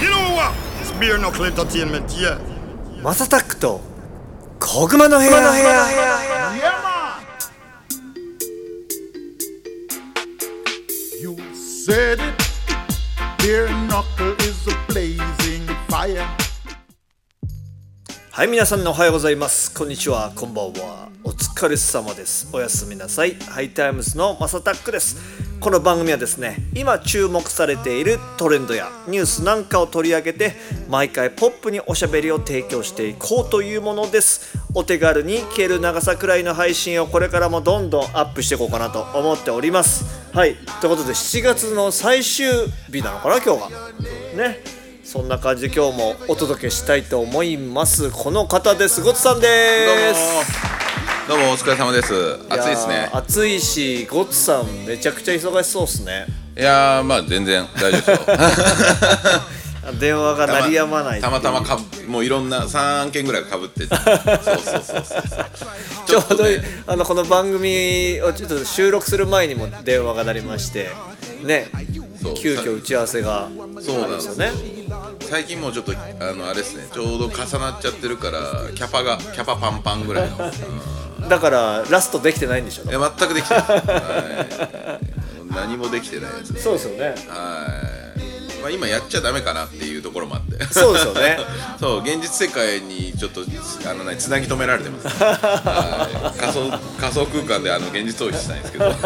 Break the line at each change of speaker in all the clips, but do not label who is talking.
You know what? It's beer knuckle entertainment, yeah.
マサタックと小熊の部屋の
Yeah, man.
You said it. Beer knuckle is a blazing fire.
はい皆さんおはようございますこんにちはこんばんはお疲れ様ですおやすみなさいハイタイムズのマサタックですこの番組はですね今注目されているトレンドやニュースなんかを取り上げて毎回ポップにおしゃべりを提供していこうというものですお手軽に消える長さくらいの配信をこれからもどんどんアップしていこうかなと思っておりますはいということで7月の最終日なのかな今日がねそんな感じで今日もお届けしたいと思いますこの方ですごつさんです
どうもどうもお疲れ様です暑いで
や
すね
ー暑いしごつさんめちゃくちゃ忙しそうですね
いやーまあ全然大 丈夫ですよ
電話が鳴りやまない
たまたまかぶもういろんな3件ぐらいかぶっててそうそうそうそう
ちょうど
ちょっとね
あのこの番組をちょっと収録する前にも電話が鳴りましてね
そう
急遽打ち合わせが
そうなんで
ですす
よ
よ
ね
ね
最近もうちょっとあのあれですねちょうど重なっちゃってるからキャパがキャパパンパンぐらいの、うん、い
だからラストできてないんでしょ
や全くできてない、はい、もう何もできてないやつです
そうですよね
はい、まあ、今やっちゃダメかなっていうところもあって
そうですよね
そう現実世界にちょっとあの、ね、つなぎ止められてます、はい仮想仮想空間であの現実逃避したいんですけど ま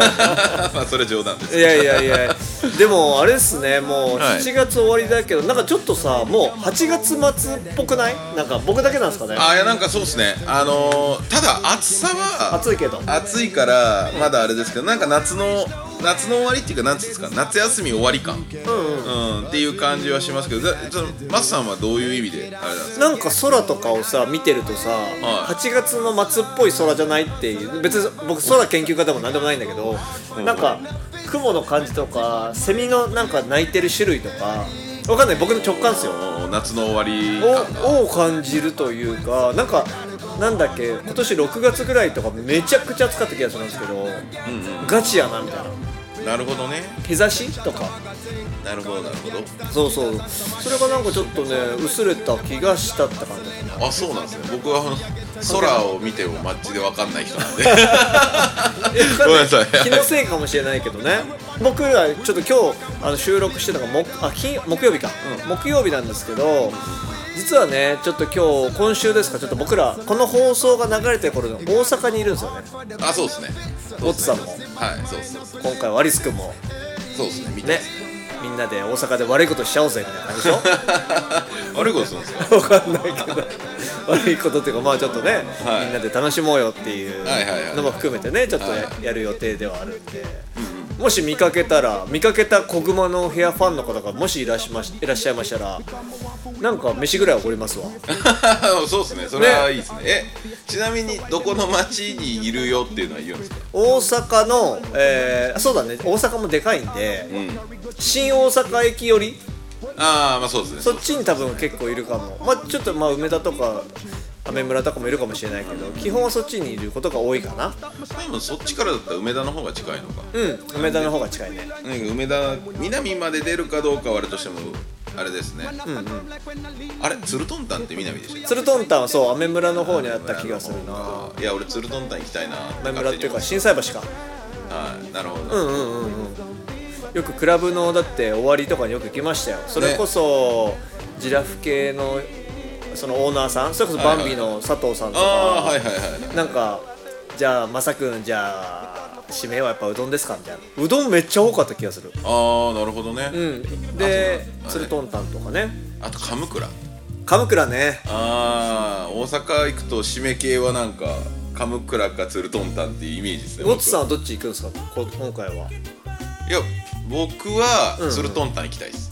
あそれ冗談です
いやいやいやでもあれですねもう
はい
7月終わりだけど、なんかちょっとさもう8月末っぽくないなんか僕だけなんですかね
あーいやなんかそうですねあのーただ暑さは
暑いけど
暑いからまだあれですけどなんか夏の夏の終わりっていうかなんつうんですか夏休み終わり感、うんっていう感じはしますけどだそのマスさんはどういう意味であれなんですか
なんか空とかをさ見てるとさ、8月の末っぽい空じゃないっていう別に僕空研究家でも何でもないんだけど、なんか雲の感じとかセミのなんか鳴いてる種類とかわかんない僕の直感っすよ
もう夏の終わり感が
をを感じるというかなんかなんだっけ今年6月ぐらいとかめちゃくちゃ暑かった気がするんですけど、ガチやなみたいな
なるほどね
日差しとか
なるほどなるほど
そうそうそれがなんかちょっとね薄れた気がしたって感じ
あそうなんですね僕はあの空を見てもマッチで分かんない人 なんで ごめんなさい
気のせいかもしれないけどね僕らちょっと今日あの収録してたのが木あ金木曜日か、木曜日なんですけど実はねちょっと今日今週ですかちょっと僕らこの放送が流れてる頃の大阪にいるんですよね
あそうですね
ゴッツさんも
はいそうそうそう
今回はアリス君も
そうですね見て
ねみんなで大阪で悪いことしちゃおうぜみたいな感じでしょ
悪いことするんですか
わかんないけど悪いことっていうかまあちょっとね、
はい
みんなで楽しもうよっていう
はいはいはい
のも含めてねちょっとや,、る予定ではあるんで、もし見かけたら見かけた小熊のヘアファンの方がもしいらっしゃいましいらっしゃいましたらなんか飯ぐらいおごりますわ
そうですねそれはいいですねえちなみにどこの町にいるよっていうのは言うんですか
大阪の、えーそうだね大阪もでかいんで、新大阪駅寄り
ああまあそうですね
そっちに多分結構いるかもまあちょっとまあ梅田とかアメ村とかもいるかもしれないけど基本はそっちにいることが多いかな
多分そっちからだったら梅田の方が近いのか、
うん梅田の方が近いね
なんか梅田南まで出るかどうかはあれとしてもあれですね、あれ鶴トンタンって南でしたっけ
鶴トンタンはそうアメ村の方にあった気がするな
あーいや俺鶴トンタン行きたいな
アメ村っていうか
勝
心斎橋か
手にはいなるほど、
うんうんうんうんよくクラブのだって終わりとかによく行きましたよそれこそ、ジラフ系のそのオーナーさんそれこそバンビの佐藤さんとか、
ああはいはいはい
なんかじゃあまさくんじゃあ締めはやっぱうどんですかみたいなうどんめっちゃ多かった気がする
ああなるほどね、
うんで
あそう
鶴
なん
ト
だ
ンタンとかね
あとカムクラ
鎌倉ね
ああ大阪行くと締め系はなんかカムクラかツルトンタンっていうイメージですね
ゴッツさん
ん
はどっち行くんですかこ今回はい
や僕はツルトンタン行きたいです、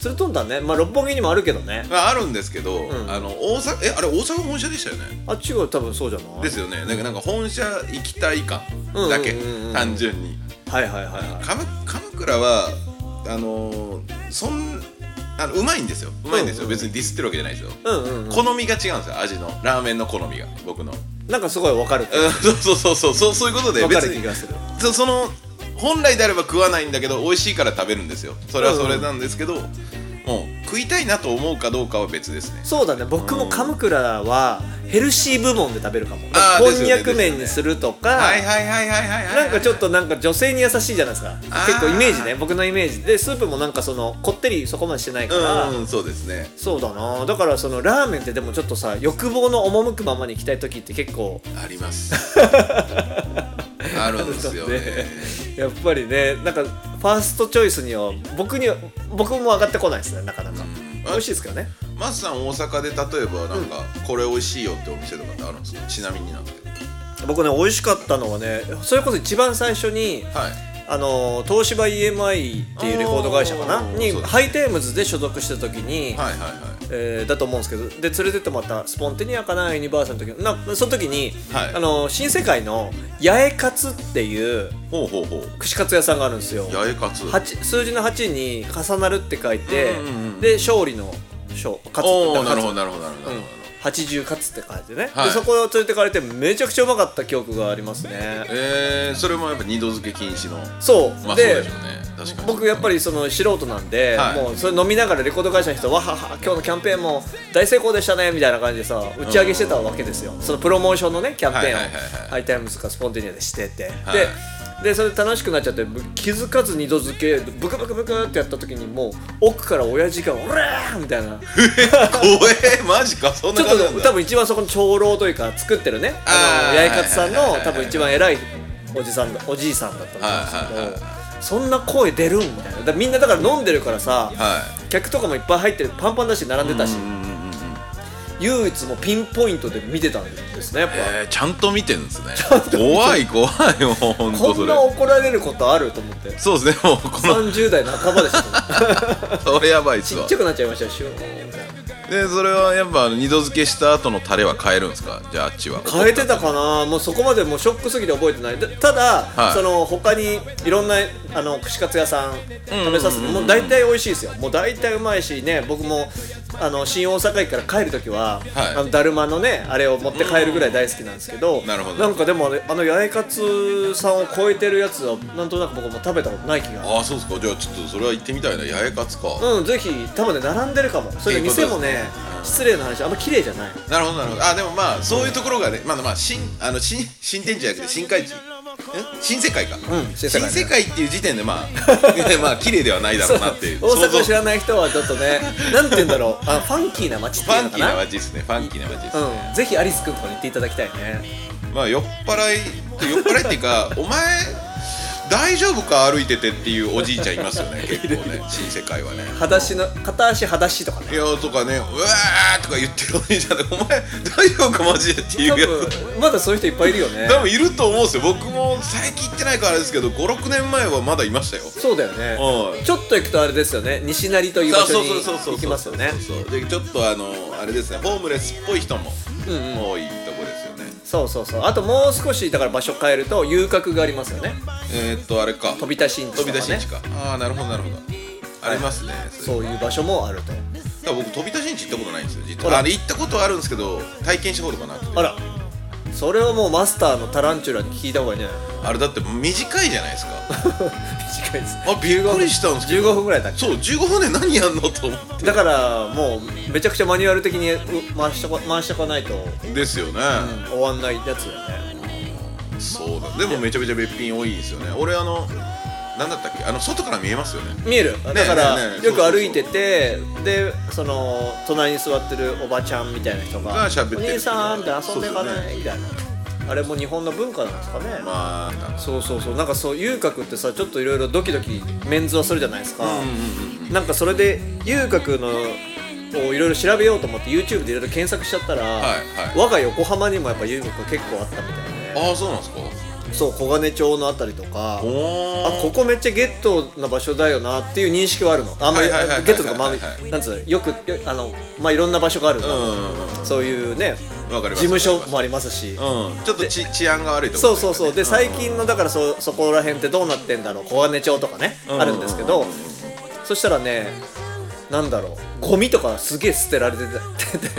鶴トンタンねまあ六本木にもあるけどね
まあ、あるんですけど、
ん
あの大阪えあれ大阪本社でしたよね
あっちが多分そうじゃない
ですよねなんかなんか本社行きたい感だけ、
うんうんうんうん
単純に
はいはいはいはい
カムカムクラはあのーそんあのうまいんですようまいんですよ、
うん
別にディスってるわけじゃないですよ、
うんうん、うん、
好みが違うんですよ味のラーメンの好みが僕の
なんかすごいわかる
うん そうそうそうそうそうそういうことで
わか
別
る気
に
がする
そその本来であれば食わないんだけど美味しいから食べるんですよそれはそれなんですけど、もう食いたいなと思うかどうかは別ですね
そうだね僕もカムクラはヘルシー部門で食べるかも
あー
こ
です
ん
よ
に
ね
ゃく麺にするとか、
はいはいはいはいはいはい
なんかちょっとなんか女性に優しいじゃないですか
あー
結構イメージね僕のイメージでスープもなんかそのこってりそこまでしてないから、
うん、うん、そうですね
そうだなだからそのラーメンってでもちょっとさ欲望の赴くままに行きたい時って結構
あります あるんですよね
やっぱりねなんかファーストチョイスには僕には僕も上がってこないですねなかなか
うん
美味しいですけどね
マスさん大阪で例えばなんかこれ美味しいよってお店とかってあるんですかちなみになんて
僕ね美味しかったのはねそれこそ一番最初に
はい
あの東芝 EMI っていうレコード会社かな
あー
に
そうですね
ハイテームズで所属した時に、
はいはいはい
えーだと思うんですけどで連れてってもらったスポンテニアかなユニバーサルの時なその時に、
はい
あの新世界の八重勝っていう
ほうほうほう
串カツ屋さんがあるんですよ
八重勝
八数字の8に重なるって書いて、
うんうんうん
で勝利の勝勝つ
おお
勝つ
なるほどなるほどなるほど、
うん80勝つって書いてね、
はい
でそこを連れてかれてめちゃくちゃうまかった記憶がありますね
えー、それもやっぱ二度漬け禁止の
そう、
まあそう
で
でしょうね確かに
僕やっぱりその素人なんで、
はい
もうそれ飲みながらレコード会社の人わはは今日のキャンペーンも大成功でしたねみたいな感じでさ打ち上げしてたわけですよそのプロモーションのねキャンペーンを、
はいはいはいはい
ハイタイムズかスポンテニアでしてて、
はい
ででそれで楽しくなっちゃってぶ気づかず二度漬けブクブクブクってやった時にもう奥から親父が「オラー!」みたいな
怖えマジかそん
ち
な
ょっ
感じな
と
んだ
多分一番そこの長老というか作ってるねあ
あ
の
ー
八重勝さん
はいはい
の
はい
多分一番偉いおじさんだおじいさんだったと思
は
うん
い
で
は
す
い
けどそんな声出るんみたいなだからみんなだから飲んでるからさ
は
客とかもいっぱい入ってるパンパンだし並んでたし
いうんうんうんうん
唯一もうピンポイントで見てたんですねやっぱ、
えー、ちゃんと見てるんですね怖い怖いもうほんと
こ
そ
ん
れ
な怒られることあると思って
そうですねもうこの
30代半ばでした
それやばいっす
ちっ
わ
ちゃくなっちゃいましたよ塩
でそれはやっぱ二度漬けした後のタレは変えるんですかじゃああっちは
変えてたかなもうそこまでもうショックすぎて覚えてないでただ、
はい
その他にいろんなあの串カツ屋さん食べさせて、もう大体美味しいですよもう大体うまいしね僕もあの新大阪駅から帰る時は、
はい
あのだるまのねあれを持って帰るぐらい大好きなんですけど、
んなるほど
んかでもあれあの八重勝さんを超えてるやつはなんとなく僕も食べたことない気が
ああそうですかじゃあちょっとそれは行ってみたいな八重勝か、
うんぜひ多分ね並んでるかもそれで店もね失礼な話あんま綺麗じゃない
なるほどなるほどあでもまあそういうところがねまあまあ新あの新新天地じゃなくて新海地ん新世界か、
ん新
新
世
世
界
界っていう時点 でまあまあ綺麗ではないだろうなっていう
大阪を知
フ
らない人はちょっと ねなんて言うんだろうあファンキーな街っていう
ァ
の
ンキ
か
ーな
な
街ですねファンキーな街です、
うん、ぜひアリス君とかに行っていただきたいね
まあ酔っ払い酔っ払いっていうかお前大丈夫か歩いててっていうおじいちゃんいますよ ね結構ね新世界はね
裸足の片足裸足とかね
いやとかねうわーとか言ってるおじいちゃんとかお前大丈夫かマジでってい
多
うやつ
分まだそういう人いっぱいいるよね
多分いると思うんですよ僕も最近行ってないからあれですけど56年前はまだいましたよ
そうだよね
うん
ちょっと行くとあれですよね西成という場所に行きますよね
そうそうそうでちょっとあのあれですねホームレスっぽい人も
んうん
多いとこですよね
そうそうそうあともう少しだから場所変えると遊郭がありますよね
えー、っとあれか
飛び出しんちとか
飛び
ね
出しんちかああなるほどなるほどありますねそれ
そういう場所もあると
だから僕飛び出しんち行ったことないんですよ実
あら
はあれ行ったことはあるんですけど体験したことがなくて
あらそれをもうマスターのタランチュラに聞いた方がいいんじゃない
あれだって短いじゃないですか
短いです
あびっくりしたんですけど
15分ぐらいだっけ
そう15分で何やんのと思っ
だからもうめちゃくちゃマニュアル的にう回しとか回しとかないと
てですよね、
終わんないやつだよね
そうだでもめちゃめちゃべっぴん多いですよね俺あのなんだったっけあの外から見えますよね
見えるだから
ねえねえねえ
よく歩いててでその隣に座ってるおばちゃんみたいな人が
が喋ってる
お兄さん」って遊んでか
そうだ
な
よ
いみたいなあれも日本の文化なんですかね、
まあなんか
そうそうそうなんかそう遊郭ってさちょっといろいろドキドキメンズはするじゃないですか、なんかそれで遊郭のをいろいろ調べようと思って YouTube でいろいろ検索しちゃったら、
いはい
我が横浜にもやっぱ遊郭が結構あったみたいで、ね、
ああそうなんですか
そう小金町のあたりとか
おお
あここめっちゃゲットな場所だよなっていう認識はあるのあんまり
はいはいはいはいはい
ゲットとかまあ
はいはい
なんつうのよくよあのまあいろんな場所がある
うん
の、
うんうん
そういうね
わかり
事
ま
務
す
所もありますし、
うんちょっとち治安が悪いとこ
そ
ろ
うそうそうで最近のだからそそこら辺ってどうなってんだろう小金町とかね、
うん
あるんですけど、そしたらねなんだろうゴミとかすげえ捨てられてて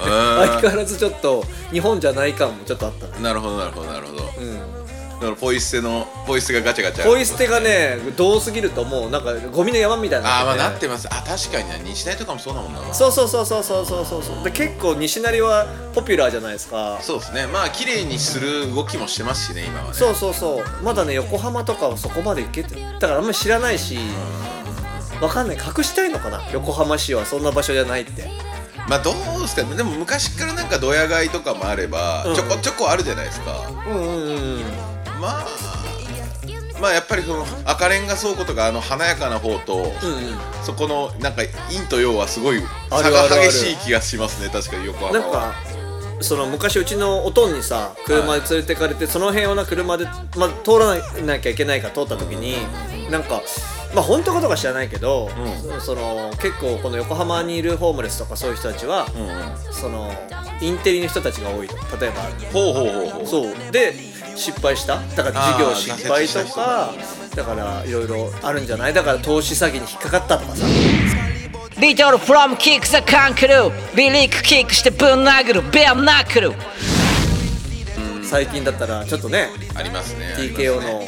相変わらずちょっと日本じゃない感もちょっとあったね
なるほどなるほどなるほど、
うん
からポイ捨てのポイ捨てがガチャガチャ
ポイ捨てがねどうすぎるともうなんかゴミの山みたいにな
ああまあ
てて
なってますあ確かにな日大とかもそうだもんな
そうそうそうそうそうそうそうそうで結構西成はポピュラーじゃないですか
そうですねまあ綺麗にする動きもしてますしね今はね
そうそうそうまだね横浜とかはそこまで行けてだからあんまり知らないしわかんない隠したいのかな横浜市はそんな場所じゃないって
まあどうですかねでも昔からなんかドヤ買いとかもあれば、
うん
ちょこちょこあるじゃないですか
うんうんうんうん
まあまあやっぱりその赤レンガ倉庫とかあの華やかな方と、そこのなんか陰と陽はすごい
あ
差
るあるある
が激しい気がしますね確かに横
な
浜
ん
は
かその昔うちのおとんにさ車で連れてかれて、その辺をな車で、まあ、通らなきゃいけないから通った時になんかまあ本当かどうか知らないけど、その結構この横浜にいるホームレスとかそういう人たちは、
うんうん
そのインテリの人たちが多いと例えば
ほうほうほうほう
そうで失敗しただから事業失敗と
あ
かだからいろいろあるんじゃないだから投資詐欺に引っかかったとかさ
Little from kick さ缶狂うリリックキックしてぶん殴るベアナックル
最近だったらちょっとね
ありますね
TKO の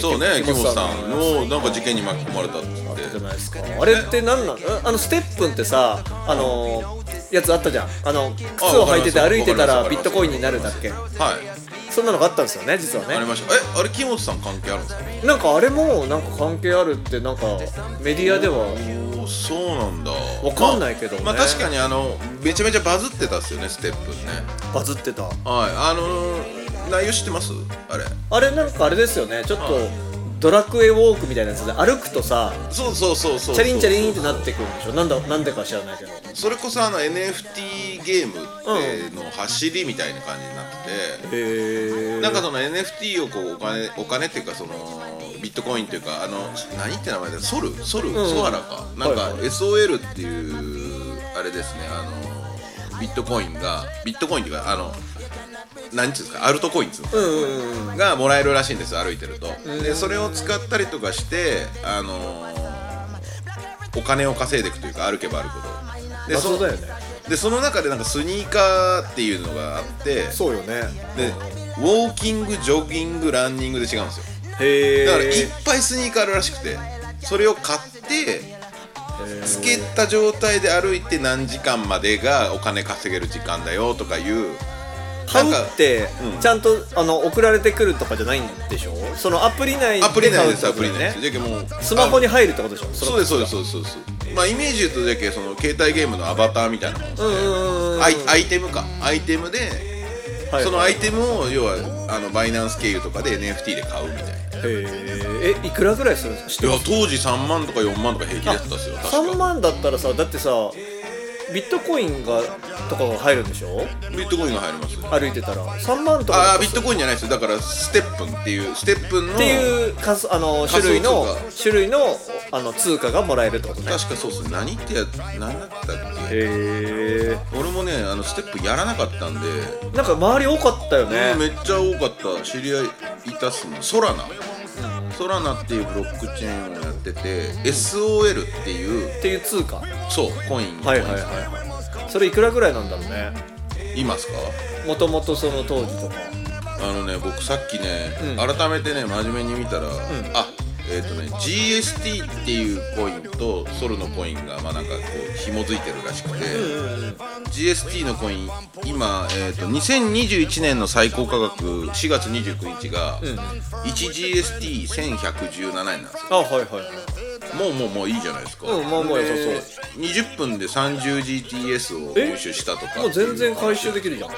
そうね木本さん
の
のなんか事件に巻き込まれたって言っ
じゃ
て
ないですかあれって何なのあのステップンってさあのやつあったじゃんあの靴を履いてて
わか
歩
り
い
ます
てた
わ
ら
か
ビ
ります
ットコインになるだっけ
はい
そんなのがあったんですよね実は
あり
ね
ましたえあれ木本さん関係あるんですか
なんかあれもなんか関係あるってなんかメディアでは
おそうなんだわ
かんないけどね
まあ、まあ確かにあのめちゃめちゃバズってたっすよねステップね
バズってた
はいあのー、内容知ってますあれ
あれなんかあれですよねちょっとドラクエウォークみたいなやつで歩くとさ
そうそうそうそう
チャリンチャリンってなってくるんでしょなんだなんでか知らないけど
それこそあの NFT ゲームっての走りみたいな感じになってて、
へえ
なんかその NFT をこうお金お金っていうかそのビットコインっていうかあの何って名前だソルソル、
ん
ソアラかなん
は
か
いはい
SOL っていうあれですねあのビットコインがビットコインっていうかあの何ていうんですかアルトコインっつうの
うんうんうん
がもらえるらしいんですよ歩いてるとでそれを使ったりとかしてあのーお金を稼いでいくというか歩けば歩くほどで
謎だよね
でその中でなんかスニーカーっていうのがあって
そうよね
でウォーキングジョギングランニングで違うんですよ
へえ
だからいっぱいスニーカーあるらしくてそれを買ってつけた状態で歩いて何時間までがお金稼げる時間だよとかいう
買うって
うん
ちゃんとあの送られてくるとかじゃないんでしょそのアプリ内で
アプリ内です
買う
ア
って
プ
こ
リ
とだ
内で
よ
すじゃけもう
スマホに入るってことでしょ
そうですそうですそうですそうですまあイメージ言うとじゃけその携帯ゲームのアバターみたいなもんですねアイアイテムかアイテムで
はい
そのアイテムを要はあのバイナンス経由とかで NFT で買うみたいな
へえいくらぐらいするんですか知って
い
ま
や
す
当時3万とか4万とか平気だったんですよ確か
3万だったらさだってさビットコインがとかが入るんでしょ
ビットコインが入ります
歩いてたら3万とかだ
あ
と
あビットコインじゃないですよだからステップンっていうステップンの
っていうかすあの種
仮想
類の
通貨
種類のあの通貨がもらえるってことね
確かそうっすね何ってや何だったっけ
へ
俺もねあのステップやらなかったんで、
えんか周り多かったよ
うん
ね
めっちゃ多かった知り合いいたっすねソラナソラナっていうブロックチェーンをやってて SOL っていう
っていう通貨はい
そうコイン
はいはいはいそれいくらぐらいなんだろうね
いますか
もともとその当時とか
あのね僕さっきね、
ん
改めてね真面目に見たら、あえっ、とね GST っていうコインとソルのコインがまあなんかこう紐づいてるらしくて、GST のコイン今、えー、と2021年の最高価格4月29日が 1GST1117 円なんですよ
あはいはいはい
もうもうもういいじゃないですか
うんまあまあ
で
そうそう
20分で 30GTS を入手したとか
もう全然回収できるじゃん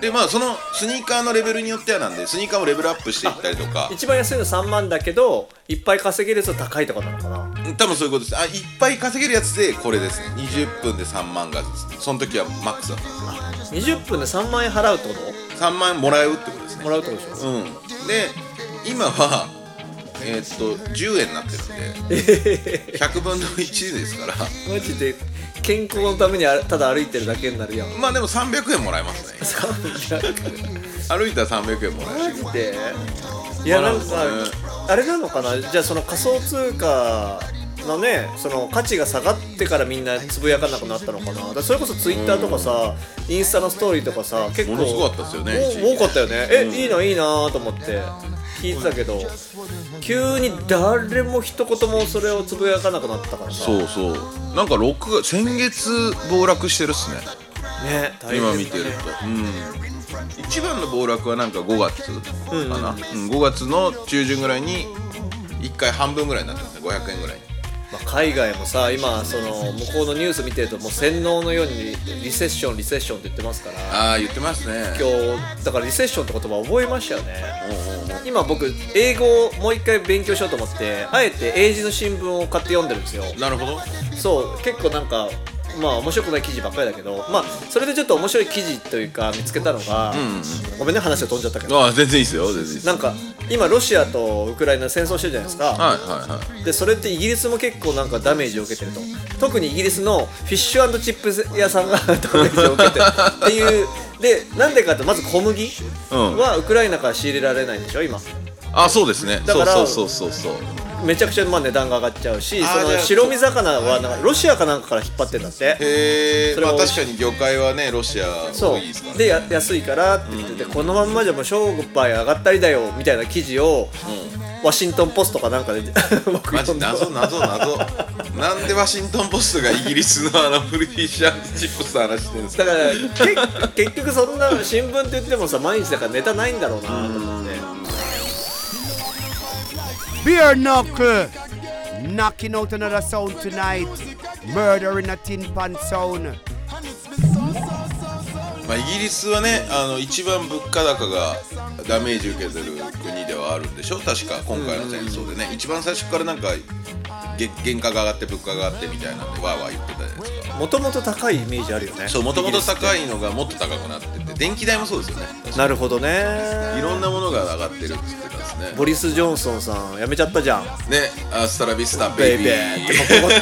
でまあそのスニーカーのレベルによってはなんでスニーカーもレベルアップしていったりとか
一番安いの3万だけどいっぱい稼げるやつは高いとかなのかな
多分そういうことですあいっぱい稼げるやつでこれですね20分で3万がその時はマックスだったんですよ
20分で3万円払うってこ
3万円もらうってことです
と
ね
もらうってことでしょ
うんで今はえーっと10円になってるんで100分の1ですから
マジで健康のためにあただ歩いてるだけになるやん
まあでも300円もらえますね歩いたら300円もらえるし
でいやなんか
そうなんですね
あれなのかなじゃあその仮想通貨のねその価値が下がってからみんなつぶやかなくなったのかなだからそれこそツイッターとかさインスタのストーリーとかさ結構
ものすごかったですよね
お
一時期
多かったよねえ、いいないいなと思って聞いてたけど急に誰も一言もそれをつぶやかなくなったからさ
そうそうなんか6月先月暴落してるっすね
ね大変だ
今
ね
見てると、うん一番の暴落はなんか5月かな、うん5月の中旬ぐらいに1回半分ぐらいになってますね500円ぐらいに
まあ、海外もさ今その向こうのニュース見てるともう洗脳のようにリセッションリセッションって言ってますから
ああ言ってますね
今日だからリセッションって言葉覚えましたよね
おうおうおう
今僕英語をもう一回勉強しようと思ってあえて英字の新聞を買って読んでるんですよ
なるほど
そう結構なんかまあ面白くない記事ばっかりだけどまあそれでちょっと面白い記事というか見つけたのが、ごめんね話が飛んじゃったけど
ああ全然いいですよ 全然いいです
なんか今ロシアとウクライナ戦争してるじゃないですか、
はいはいはい
でそれってイギリスも結構なんかダメージを受けてると特にイギリスのフィッシュチップス屋さんが ダメージを受けてるっていうでなんでかってまず小麦
うん
はウクライナから仕入れられないんでしょ今
あそうですね
だか
そう
ら
そうそうそうそう
めちゃくちゃまあ値段が上がっちゃうし
あー
そ
じゃ
の
あ
白身魚はなんかロシアかなんかから引っ張ってんだって
へえ
それ
ま
は
あ確かに魚介はねロシア
そ
多いですから
う
ね
でや安いからって言ってて、このまんまじゃもう商売上がったりだよみたいな記事を、ワシントン・ポストかなんかで 僕
マ
読
ジ
んだ
謎謎謎 なんでワシントン・ポストがイギリスのあのフィッシャーチップスの話してるんです
だ
か
からけ 結局そんな新聞って言ってもさ毎日だからネタないんだろうなと思って
Beer knuckle. Knocking out another sound tonight. Murdering a tin pan sound.
まあ、イギリスはねあの一番物価高がダメージ受けてる国ではあるんでしょ確か今回の戦争でね、一番最初からなんかげ原価が上がって物価が上がってみたいなんでわーわー言ってたじゃないですか
もともと高いイメージあるよね
そうもともと高
イギ
いのがもっと高くなってて電気代もそうですよね
リスってなるほど
い
ね
ろんなものが上がってるって言ってたんですね
ボリス・ジョンソンさん辞めちゃったじゃん
ねアスタラビスタ
ベイ
ベ イビ
ベ
ー
ーってもうこ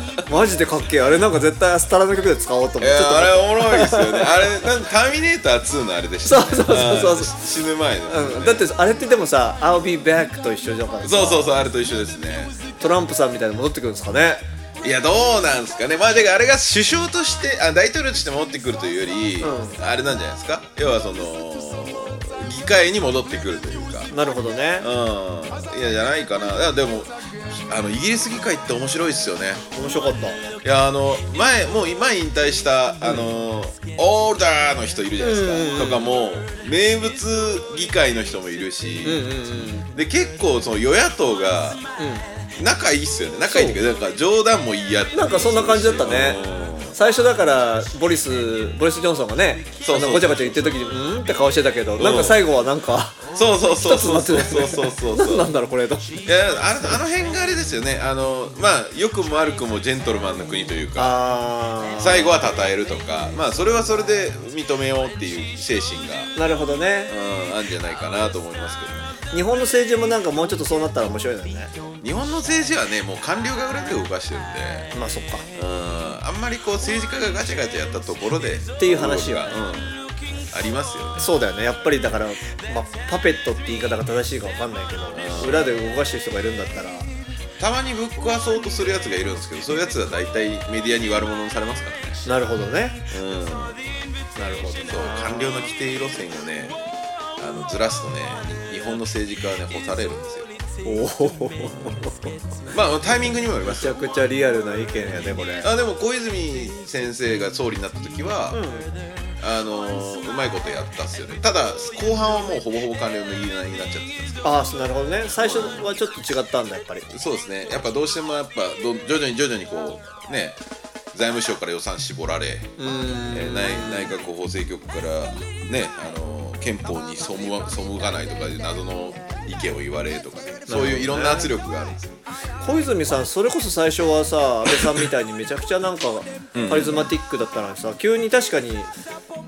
こ マジでかっけえあれなんか絶対アスタラの曲で使おうと思って
いや
ちょっと
あれおもろいですよねあれなんかターミネーター2のあれでした、ね、
そうそうそうそう
あー死ぬ前の、
うん、だってあれってでもさ「I'll be back」と一緒だから
そうそうそうあれと一緒ですね
トランプさんみたいに戻ってくるんですかね
いやどうなんですかねまあだからあれが首相としてあ大統領として戻ってくるというより、
う
あれなんじゃないですか要はその議会に戻ってくるというか
なるほどね
うんいやじゃないかないやでもあのイギリス議会って面白いですよね
面白かった
いやあの前もう今引退したあの、オーダーの人いるじゃないですか、とかも名物議会の人もいるし、で結構その与野党が仲いいっすよね仲いいっていうかなんか冗談も言い合って
なんかそんな感じだったね最初だからボリスボリス・ジョンソンがね
そうそ
あ
う
のごちゃごちゃ言ってる時に「うん?」って顔してたけど、なんか最後はなんか
うんそうそうそう
一つに
そ
な
う
って
そう
ね
そうそうそう
何なんだろうこれと
いやあのあの辺があれですよねあのまあ良くも悪くもジェントルマンの国というか
あー
最後は称えるとかまあそれはそれで認めようっていう精神が
なるほどね
うんあるんじゃないかなと思いますけど
日本の政治もなんかもうちょっとそうなったら面白いのよね
日本の政治はねもう官僚が裏で動かしてるんで
まあそっか
うんあんまりこう政治家がガチャガチャやったところでって
いう話は
ありますよね
そうだよねやっぱりだから、まあ、パペットって言い方が正しいかわかんないけど裏で動かしてる人がいるんだったら
たまにぶっ壊そうとするやつがいるんですけどそういうやつは大体メディアに悪者にされますからね
なるほどね
うん
なるほど
そう官僚の規定路線をねあのずらすとね日本の政治家はね干されるんですよ
おおめ
まあタイミングにもよります
ち
よ
ゃくちゃリアルな意見やねこれ
あでも小泉先生が総理になった時は、あのうまいことやったっすよねただ後半はもうほぼほぼ官僚の言いなりになっちゃってたんですけ
ああなるほどね最初はちょっと違ったんだやっぱり
どそうですねやっぱどうしてもやっぱど徐々に徐々にこうね財務省から予算絞られ、えー内内閣法制局からねあの憲法に背わ背がないとかいう謎の意見を言われとかねそういういろんな圧力があるんですよ
小泉さんそれこそ最初はさ安倍さんみたいにめちゃくちゃなんかカリスマティックだったのにさ急に確かに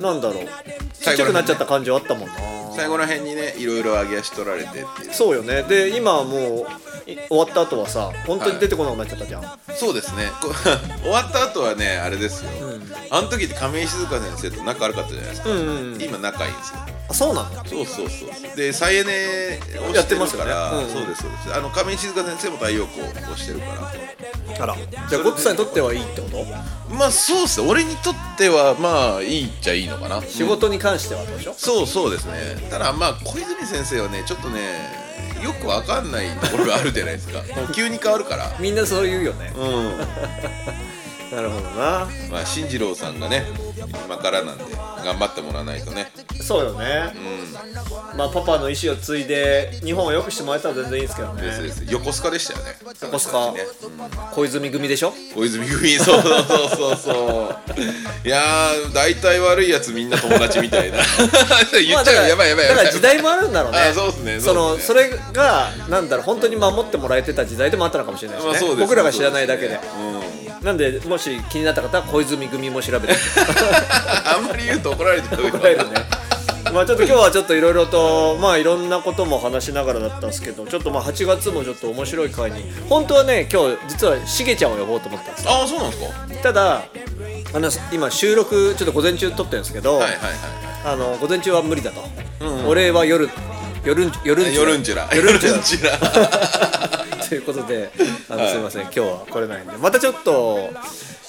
なんだろうちっちゃくなっちゃった感じはあったもんな
最後ら辺にねいろいろ上げ足取られてっていう
そうよねで今はもうい終わった後はさ本当に出てこなくなっちゃったじゃん、
そう ですねこ終わった後はねあれですよ、あの時って亀井静香先生と仲悪かったじゃないですか、今仲いいんですよ
あそうなの
そうそうそうで再エネを
や
し
ってて
る
ますよ
か
ね
ら、
うん
そうですそうですあの亀井静香先生も太陽光をしてるから
あらじゃあゴッツさんにとってはいいってこと
まあそうっすね俺にとってはまあいいっちゃいいのかな
仕事に関してはどうでしょう
そうそうですねただまあ小泉先生はねちょっとねよくわかんないところがあるじゃないで すかもう急に変わるから
みんなそう言うよね、
うん
なるほどな
まあ進次郎さんがね今からなんで頑張ってもらわないとね
そうよね、まあパパの意思を継いで日本を良くしてもらえたら全然いいんですけどね
ですです横須賀でしたよね
横須賀
ね
小泉組でしょ
小泉組そうそうそうそういやー大体悪いやつみんな友達みたいな 言
まあ
っち
だか
ゃ
ら
うやばいやばい
だ
やば
か
い
ら時代もあるんだろうね
あそうっすね
そ
そうっ
の
す
それがなんだろう本当に守ってもらえてた時代でもあったのかもしれないし
まあ
ね,、
そうですね
僕らが知らないだけで
そうですねうん
なんでもし気になった方は小泉組も調べて
あんまり言うと怒られちゃう
もらえるね まあちょっと今日はちょっといろいろとまあいろんなことも話しながらだったんですけどちょっとまあ8月もちょっと面白い回に本当はね今日実はしげちゃんを呼ぼうと思ったんですよ
ああそうなんですかは
ただあの今収録ちょっと午前中撮ってるんですけど、
いはいはい
あの午前中は無理だと、俺は夜夜ん夜んちゅら
夜んちら
夜んちゅら
ちら
ということであの、
はい
すいません今日は来れないんでまたちょっと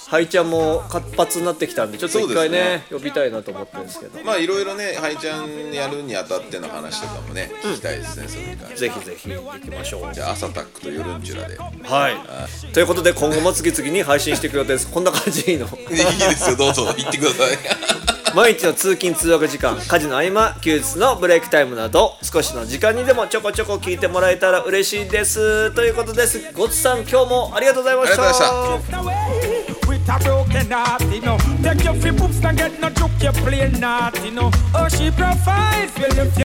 ハイちゃんも活発になってきたんでちょっと一回ね呼びたいなと思ってるんですけど、
まあいろいろねハイちゃんやるにあたっての話とかもね聞きたいですね、それに関して
ぜひぜひ行きましょう
じゃあ朝タックと夜んちゅらでい
はいということで今後も次々に配信していく予定ですこんな感じでいいの
いですよどうぞ行ってください
毎日の通勤通学時間家事の合間休日のブレイクタイムなど少しの時間にでもちょこちょこ聞いてもらえたら嬉しいですということですごつさん今日もありがとうございました
ありがとうございました
With a broken heart, you know. Take your free poops and get no joke, you play naughty, you know. Oh, she profiles, will you?